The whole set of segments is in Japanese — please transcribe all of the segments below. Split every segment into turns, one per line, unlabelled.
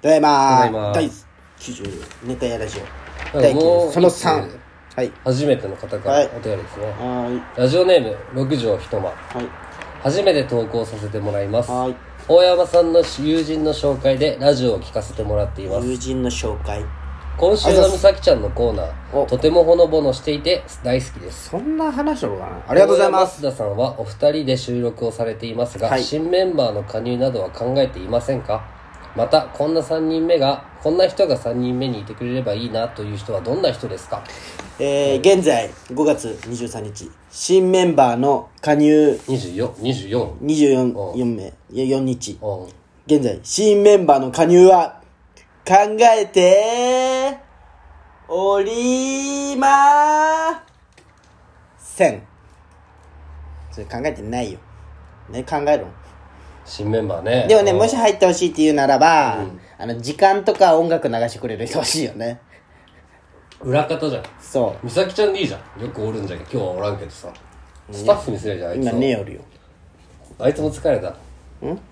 ただいま
ただいま
第92回ラジオ。
なん
第
かもう
その3
一通。
はい。
初めての方か
は
ら
い
お便りですね、
は
ラジオネーム六条一間
ーい。
初めて投稿させてもらいます
はい
大山さんの友人の紹介でラジオを聞かせてもらっていま
はい。
す
友人の紹介。
今週の美咲ちゃんのコーナー
お
とてもほのぼのしていて大好きです
そんな話なのかなあ
あ
りがとうございます。
須田さんはお二人で収録をされていますが、
はい
新メンバーの加入などは考えていませんかまたこんな3人目がこんな人が3人目にいてくれればいいなという人はどんな人ですか
えー、現在5月23日、新メンバーの加入
2424 24
24四名、4日。
うん
現在、新メンバーの加入は、考えて、おりません。それ考えてないよ。ね、考えろ。
新メンバーね
でもね、
うん
もし入ってほしいって言うならば、あの、時間とか音楽流してくれる人欲しいよね。
裏方じゃん
そ
美咲ちゃんでいいじゃんよくおるんじゃけど今日はおらんけどさスタッフにすれば
う。
いいじ
今
ゃんあいつを
ねえおるよ。
あいつも疲れたん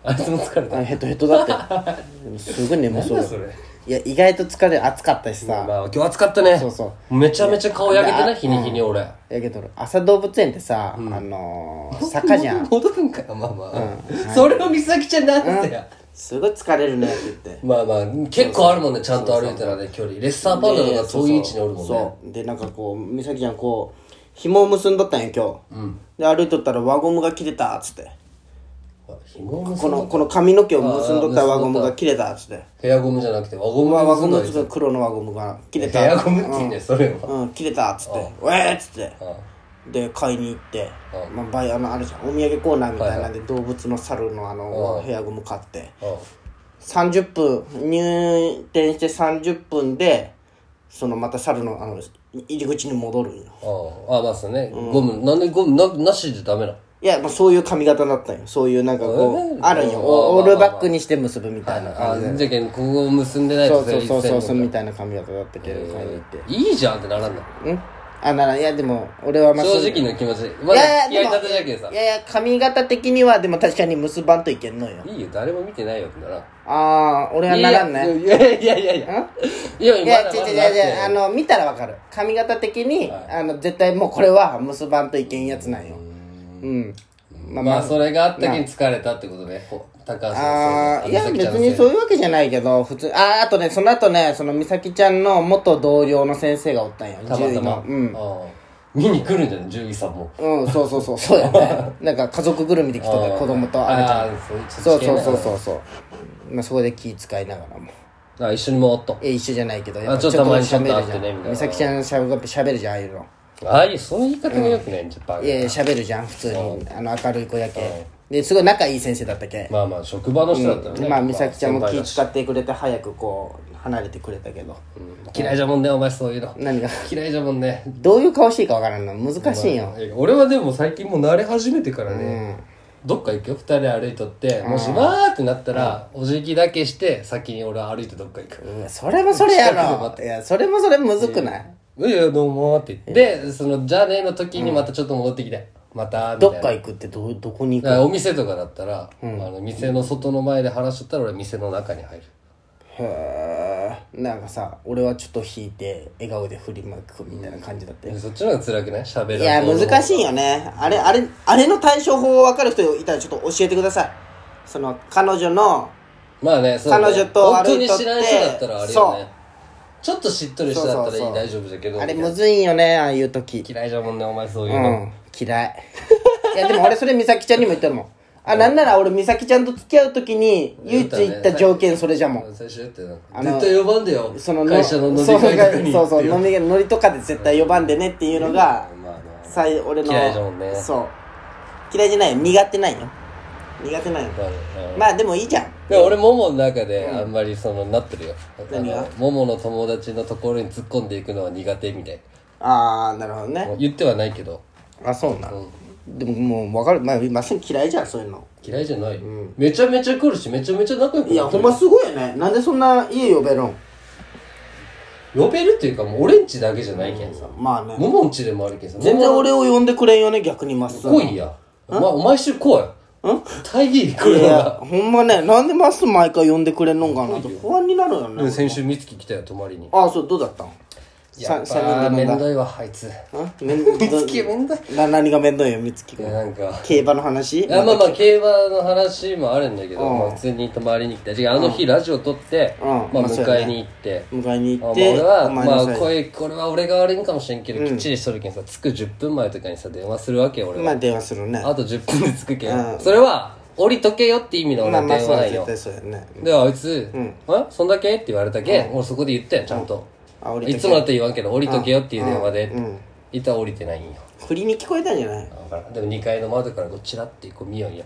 あいつも疲れ
あ
た
ヘトヘトだ って。すごい眠そう
なんだそれ。
いや、意外と疲れ、暑かったしさ。
まあ今日暑かったね
そうそ
めちゃめちゃ顔焼け
い
てな
や
日に日に俺
やけど、朝動物園ってさ、あのー、坂じゃん。
戻るんかよまあまあ それを美咲ちゃんなんてや
すごい疲れるねって言って。
まあまあ結構あるもんねちゃんと歩いたらね距離レッサーパンダとかそういう位置におるもんね
そう。で、なんかこう、美咲ちゃんこう、紐を結んどったんよ、今日。で、歩いとったら輪ゴムが切れたっつって。
紐も
この、この髪の毛を結んどった輪ゴムが切れたっつって。
ヘアゴムじゃなくて輪ゴム
輪
は
ゴムのつく黒の輪ゴムが切れ
ヘ
た。
アゴムっていいねそれは
うん、切れたっつって。うえーっつって。で、買いに行って、まあ、バイあの、あるじゃん。お土産コーナーみたいなんで、動物の猿のあの、ヘアゴム買って。
う
30分入店して30分でそのまた猿のあの入り口に戻るんよ
んうんあまあそうねゴムなんでゴムななしでダメなの
いや、まあ、そういう髪型だったんよそういうなんかこうあるんよおオールバックにして結ぶみたいな
あ
感じで
じゃけんここを結んでない
そ
と
うそうそう
成
そ
立
う
せ
そうん
の
みたいな髪型だったけど買いに行って
いいじゃんってならんの
うんあならいやでも俺はまあ
正直な気持ちまだ
いや
付き合
い
い
や
た
で
て
も
じゃけんさ
いやいや髪型的にはでも確かに結ばんといけんのよ
いいよ誰も見てないよってならん
ああ俺はならんね
いやいやいやいやいやいや
いや、
まだ
違う
まだ
違う
なっ
違う、あ
て
の、見たらわかる。髪型的に、あの、絶対もうこれは結ばんといけんやつなんよ。うん。まあま
まあそれがあったけに疲れたってことねこう高橋
あ
さ
あ、
ん
いや、別に
う
そういうわけじゃないけど、普通、ああ、あとね、その後ね、その、美咲ちゃんの元同僚の先生がおったんよ。
たまたま
獣医のうん。
うん見に来るんじゃない獣医さんも
うん、そうそうそう、そうや ね。なんか家族ぐるみで来たから、子供とあれちゃん。
あーそういう
そうそうそう
う
そうそう。まあそこで気遣いながらも。
あ一緒に回った
え、一緒じゃないけど、
あちょっとたまにちょっと会ってねみたいな
美咲ちゃんしゃべ喋るじゃん、ああいうの。
ああいうその言い方もよくないんじゃバカ
いやいや喋るじゃん普通にあの明るい子やけですごい仲いい先生だったけ
まあまあ職場の人だったらね
まあ美咲ちゃんも
先輩
気
だし
使ってくれて早くこう離れてくれたけど
嫌いじゃもんねお前そういうの
何が
嫌いじゃもんね
どういう顔していいかわからんの難しいんよ
いや俺はでも最近もう慣れ始めてからね、どっか行くよ二人で歩いとってもしわーってなったら、お辞儀だけして先に俺は歩いてどっか行く、
うんそれもそれやろいやそれもそれむずくない
いやどうもーって言って、でそのじゃあねの時にまたちょっと戻ってきて、またーみたい
ど
な
っか行くってどどこに行
だ
く
からお店とかだったら、あの店の外の前で話しとったら俺店の中に入る
へえんかさ俺はちょっと引いて笑顔で振りまくみたいな感じだったよ
でそっちの方が辛くない喋る
いや難しい
い
よねあれあれあれの対処法分かる人いたらちょっと教えてくださいその彼女の
まあねそう
彼
ね
女と
本当
歩い
に
とって
知らん人だったらあれよ
そう
ねちょっとしっとり人だったらい
そう
い
そうそう
大丈夫じゃけど
あれむずいんよねああいう時
嫌いじゃもんねお前そういう
う
の、
ん嫌いいやでも俺それ美咲ちゃんにも言ってる もんあなんなら俺美咲ちゃんと付き合う時に唯一言った条件それじゃもん
最初言ってな
あの
絶対呼ばんでよ
その
会社の飲み会とかに
そうそうそう飲み会ノリとかで絶対呼ばんでねっていうのが
まあまあ
さい俺の
嫌いじゃもんね
そう嫌いじゃないよ苦手ないよ苦手ないよ
まあねうん
まあでもいいじゃん
で俺ももの中であんまりそのなってるよ
何が
あのももの友達のところに突っ込んでいくのは苦手みたい
ああなるほど
な
ね
言ってはないけど
あそうなでももう分かるまあまさに嫌いじゃんそういうの
嫌いじゃないよ、めちゃめちゃ来るしめちゃめちゃ仲良くなってる
いやほんますごいよねなんでそんな家呼べるん
呼べるっていうかもう俺んちだけじゃないけんさ
まあね
ももんちでもあるけんさ
全然俺を呼んでくれんよね逆にまっすぐ
来いやお前お前一緒に来い大義来
い
るの
や
が
ほんまねなんでまっすぐ毎回呼んでくれんのんかなと不安になのよな
で先週美月来たよ泊まりに
ああそうどうだったん
や
さ
っ
三人で
ぱめ
飲ん
ん
だ
どいわあいつい
んめんど
美月めんどい
な何がめんどいよ美月
や
が
なんか
競馬の話
いやまあまあ競馬の話もあるんだけど、
うん
まあ、普通に泊まりに来た違うあの日ラジオ撮って、
うん
ま
ま
あ、
あそう
迎
やね
えに行って、
迎えに行
あまあ、
って
俺は
お前の
ま
せ
あ
いで
声これは俺が悪いんかもしれんけど、きっちりしとるけんさ着く10分前とかにさ電話するわけよ俺は、
まあ電話するね
あと10分で着くけん、
うん
それは降りとけよって意味の俺
まあ
の
まあ
電
そう
話な
だ
ん
絶、
よ
対そうだよね
であいつ「
ん
あそんだけ?」って言われたけ、ん、俺そこで言ったよちゃんと、
あ降りとけ
いつもだって言わんけど降りとけよっていう電話で、
うん
いたら降りてないんよ
振りに聞こえたんじゃない
だからでも2階の窓からこうチラッてこう見よんよ、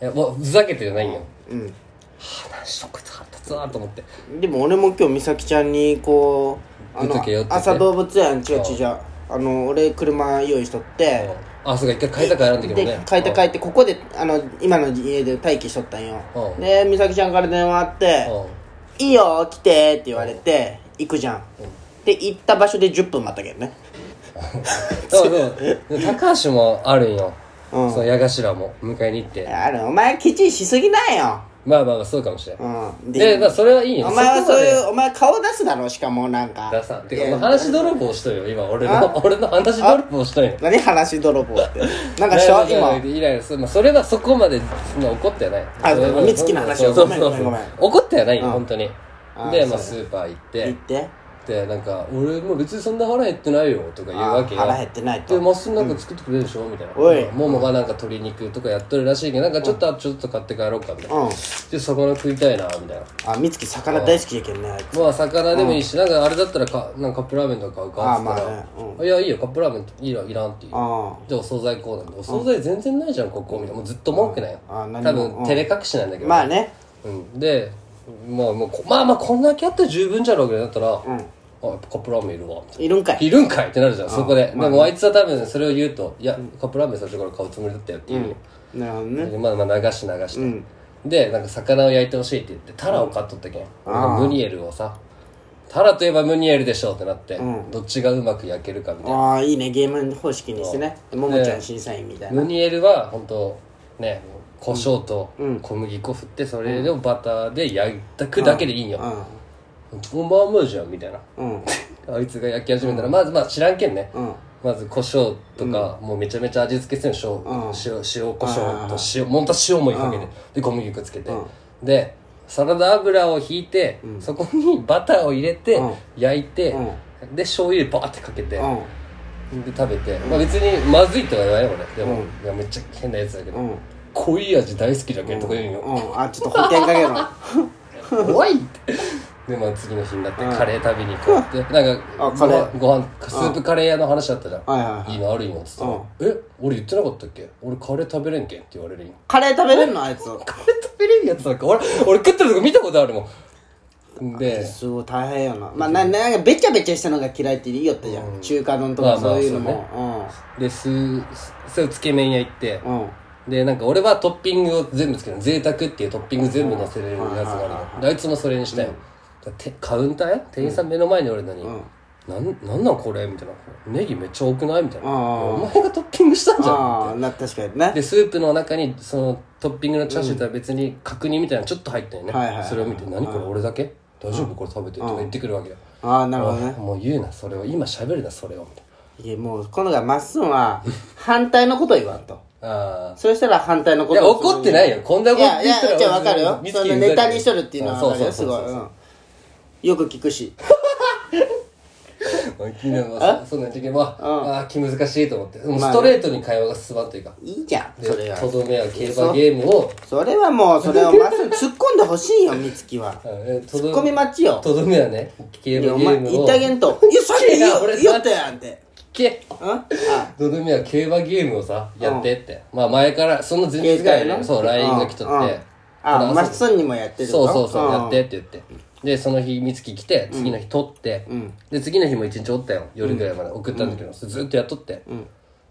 う
いやもうふざけてじゃないんよ、
ん
話しとくと腹立つなと思って
うんでも俺も今日美咲ちゃんにこうあ
言
の
っとけよって言って
朝動物園違う違う違うあの俺車用意しとって
あそうか一回変えたからやらんときも
で
ね
帰って帰ってここであの今の家で待機しとったんよ
うん
で美咲ちゃんから電話あって「
う
いいよ来て」って言われて行くじゃんで行った場所で10分待ったけどね
んそうそうで高橋もあるんよ、
うん
その矢頭も迎えに行って
あれお前ケチしすぎなんよ
まあまあまあそうかもしれん、
うん
でまあそれはいいよ
お前は
こ
そ
ま
う
で
いうお前顔出すだろしかもなんか
出さんてか
い
お
や
前話泥棒しとるよ今俺の俺の話泥棒しとるよ
何話泥棒ってなんかしょ
いやいや
今
いやいやそ,、まあ、それはそこまでそんな怒ってはない
あ
それは
美月の話を
そうそうそ
ご
う
めんごめん
怒ってはないよ、本当に
あ
で、
そう
まあ、スーパー行って
言って
でなんか「俺もう別にそんな腹減ってないよ」とか言うわけよ
あ腹減ってないと
でマッスンなんか作ってくれるでしょ、みたいな
おい
ももがなんか鶏肉とかやっとるらしいけどなんかちょっと、あちょっと買って帰ろうかみたいな、
うん
で魚食いたいなみたいな
あ美月魚大好きやけんねあいつ
まあ魚でもいいし、なんかあれだったらかなんかカップラーメンとか買うかっつったら
あまあね
「いやいいよカップラーメンいらいらん」っていう
あ
でお惣菜コーナーで「お惣菜全然ないじゃんここ」みたいなもうずっと文句なんよ
あ何も
多
うん
分照れ隠しなんだけど、
まあね
うん、でまあもうこまあまあこんだけあったら十分じゃろうぐらいだったら、
ん
あカップラーメンいるわみたいない
るんかい
いるんかいってなるじゃん、そこで。
まあ
でも、あいつは多分それを言うと、いや、カップラーメン最初から買うつもりだったよっていう。
なるほどね
でまあまあ流し流して。
うん
で、なんか魚を焼いてほしいって言って、タラを買っとったけん。
あー
ムニエルをさ、タラといえばムニエルでしょうってなって、
ん
どっちがうまく焼けるかみたいな。
ああいいねゲーム方式にしてね
そう
ももちゃん審査員みたいな
ムニエルは、本当ね、胡椒と
うん
小麦粉振って、それをバターで焼いたくだけでいいんよ。
う
おまあまあじゃん、みたいな。
んうん
あいつが焼き始めたら、まずまあ知らんけんね。
うん
まず胡椒とか、もうめちゃめちゃ味付けするの
うん
塩、塩、塩胡椒と塩、もんた塩もいいかけて、
うん
で、小麦粉つけて、
うん
で、サラダ油をひいて、そこにバターを入れて、
うん
焼いて、
うん
で、醤油でバーってかけて、
うん
で、食べて、まあ別にまずいとは言わないよ、俺。で
う
も、
ん
いやめっちゃ変なやつだけど、
うん
濃い味大好きじゃんけんとか言うん
う
よ。
んあちょっと補填かけろ
怖いって。 で、まあ次の日になって、カレー食べに行こうって、なん
あ
か、
カレー
ご飯、ご飯スープカレー屋の話だったじゃん。
はいはいはい
いいのあるんよっつったら
うん
「え俺言ってなかったっけ俺カレー食べれんけん」って言われるんよ
カレー食べれるのあいつ
カレー食べれるやつなんか俺俺食ってるとこ見たことあるもんです
ごい大変よなまあななんかべちゃべちゃしたのが嫌いって言いよったじゃん中華丼と
ま
か
あまあ
そういうの
そう
も
でスースーつけ麺屋行って
うんうん
でなんか俺はトッピングを全部つける贅沢っていうトッピング全部乗せれるやつがあるのであいつもそれにしたよだてカウンターや店員さん目の前におるのに
ん
なんなんなんこれみたいなネギめっちゃ多くないみたいな
うん
お前がトッピングしたんじゃんみたいな
ああな確かにね
でスープの中にそのトッピングのチャーシューとは別に角煮みたいなのちょっと入ったよね、
はいはいはい
それを見て「何これ俺だけ大丈夫これ食べて」とか言ってくるわけだ、
ああなるほどね
もう言うなそれを今喋るなそれをみたい
いやもうこのがまっすんは反対のことを言わん と
なああ
それしたら反対の
い
こと
や
をする
怒ってないよこんないこと
やい
言った
や
ら
じゃあ分かるよ
美月
その
言う
ネ
だけ
タにしとるっていうのは
そ
分
う
かる
そ
よ
うそ
す
う
ごい
そ
ううんよく聞くし
そう昨日もさそんな時もああー気難しいと思ってもうストレートに会話が進まんというか
いいじゃん
で
それは
とどめは競馬ゲームを
それはもうそれをまっすん突っ込んでほし いよ美月は
あえと
突っ込み
ど
待ちよ
とどめはね競
いや
馬
お
ゲ
前
ームを
言ってあげん といやさっき言
いや
う
俺
言ったやんって
け
うんあ
ドドミは競馬ゲームをさやってって、まあ前からその前日ぐら
携
い
帯
ね
の
そう LINE が来とって、ただ
あまっすんにもやってるの
そうそうそう、
ん
やってって言ってでその日美月来て次の日撮って、で次の日も一日おったよ夜ぐらいまで送ったんだけど、それずっとやっとって、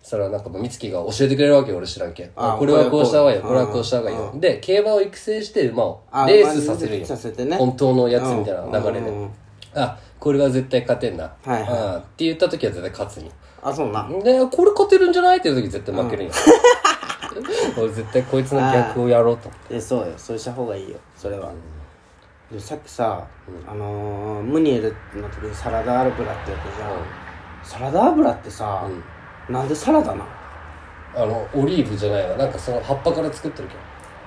そしたらなんかもう美月が教えてくれるわけよ俺知らんけん
あ
あこれはこうした方がいいよ
こ
こ
れ
れ
は
は
こう
こうした方がいいよで競馬を育成して馬をレースさせるん
あ
よ
させてね
本当のやつみたいな流れで、
うんうん
あこれは絶対勝てんな、
はいはい
あーって言った時は絶対勝つに、
あそうな
で、これ勝てるんじゃないっていう時絶対負けるんよ。 俺絶対こいつの逆をやろうと思っ
えそうよそうした方がいいよそれは
て。
でさっきさ、あのームニエルの時にサラダ油ってやったじゃん、サラダ油ってさ、なんでサラダなの
あのオリーブじゃないわなんかその葉っぱから作ってるけ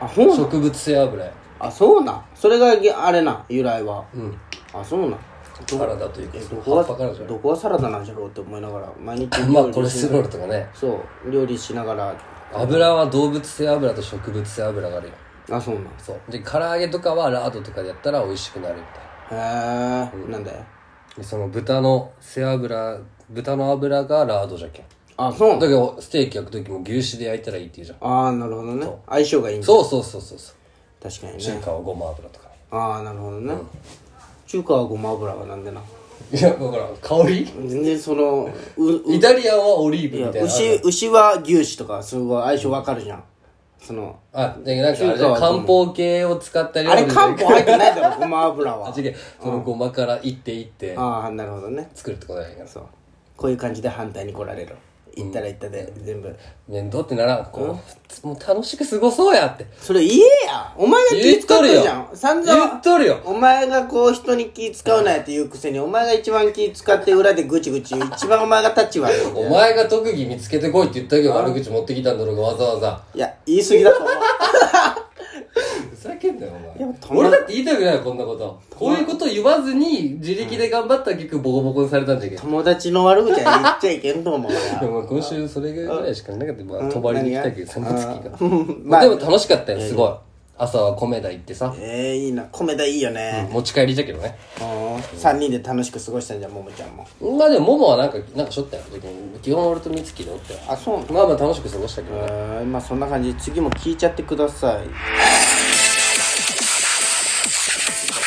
あほ
ど
うな
植物性油や
あそうなんそれがぎあれな由来は、
うん
あそうなん
サラダというか
え
そ
ど
の
こ
葉
が
っぱからじゃない
どこがサラダなんじゃろうって思いながら毎日
まあ
料
コ
理
レ
し
ステロールとかね
そう料理しながら
油は動物性油と植物性油があるよ
あそうなんへ
そうで唐揚げとかはラードとかでやったら美味しくなるみたいな
え、なんで
でその豚の背脂豚の油がラードじゃけん
あそうなん
だけどステーキ焼く時も牛脂で焼いたらいいっていうじゃん
ああなるほどね相性がいいんだ
そうそうそうそうそう
確かにね
中華はごま油とかね
ああなるほどね、中華はごま油はなんでない
やだから香り
全然そのうう
イタリアンはオリーブみたいな
牛牛は牛脂とかすごい相性わかるじゃんその
あでなんかあれ
中華
だ
は
漢方系を使った料
あ
理
れ
で
漢方入ってない だろごま油は
あ違うそのごまからいっていって
ああなるほどね
作るってことやから
そうこういう感じで反対に来られる行ったら行ったで、全部
面倒ってならんこうもう楽しく過ごそうやって
それ言えやお前が
言
気
っ
使
と
っ
る
て
よ
るじゃん散々
言っとるよ
お前がこう人に気使うなやって言うくせにお前が一番気使って裏でぐちぐち言う一番お前が立ち悪 いんだよ
お前が特技見つけてこいって言ったけど悪口持ってきたんだろうがわざわざ
いや言い過ぎだと思う
ふざけんなよお前
たま
俺だって言いたくないよこんなことこういうこと言わずに自力で頑張った結局ボコボコにされたんじゃけど
友達の悪口は言っちゃいけんと思うよ
でも今週それぐらいしかなかったまあ泊まりに来たけどさ夏希が
まあ
でも楽しかったよすごい朝は米田行ってさ
えー、いいな米田いいよね、
持ち帰りじゃけどね
うん、3人で楽しく過ごしたんじゃんももちゃんも
まあでもももはなんかなんかしょったよ基本俺と美月でおったよ
あそう
まあまあ楽しく過ごしたけど
えー、まあそんな感じ次も聞いちゃってください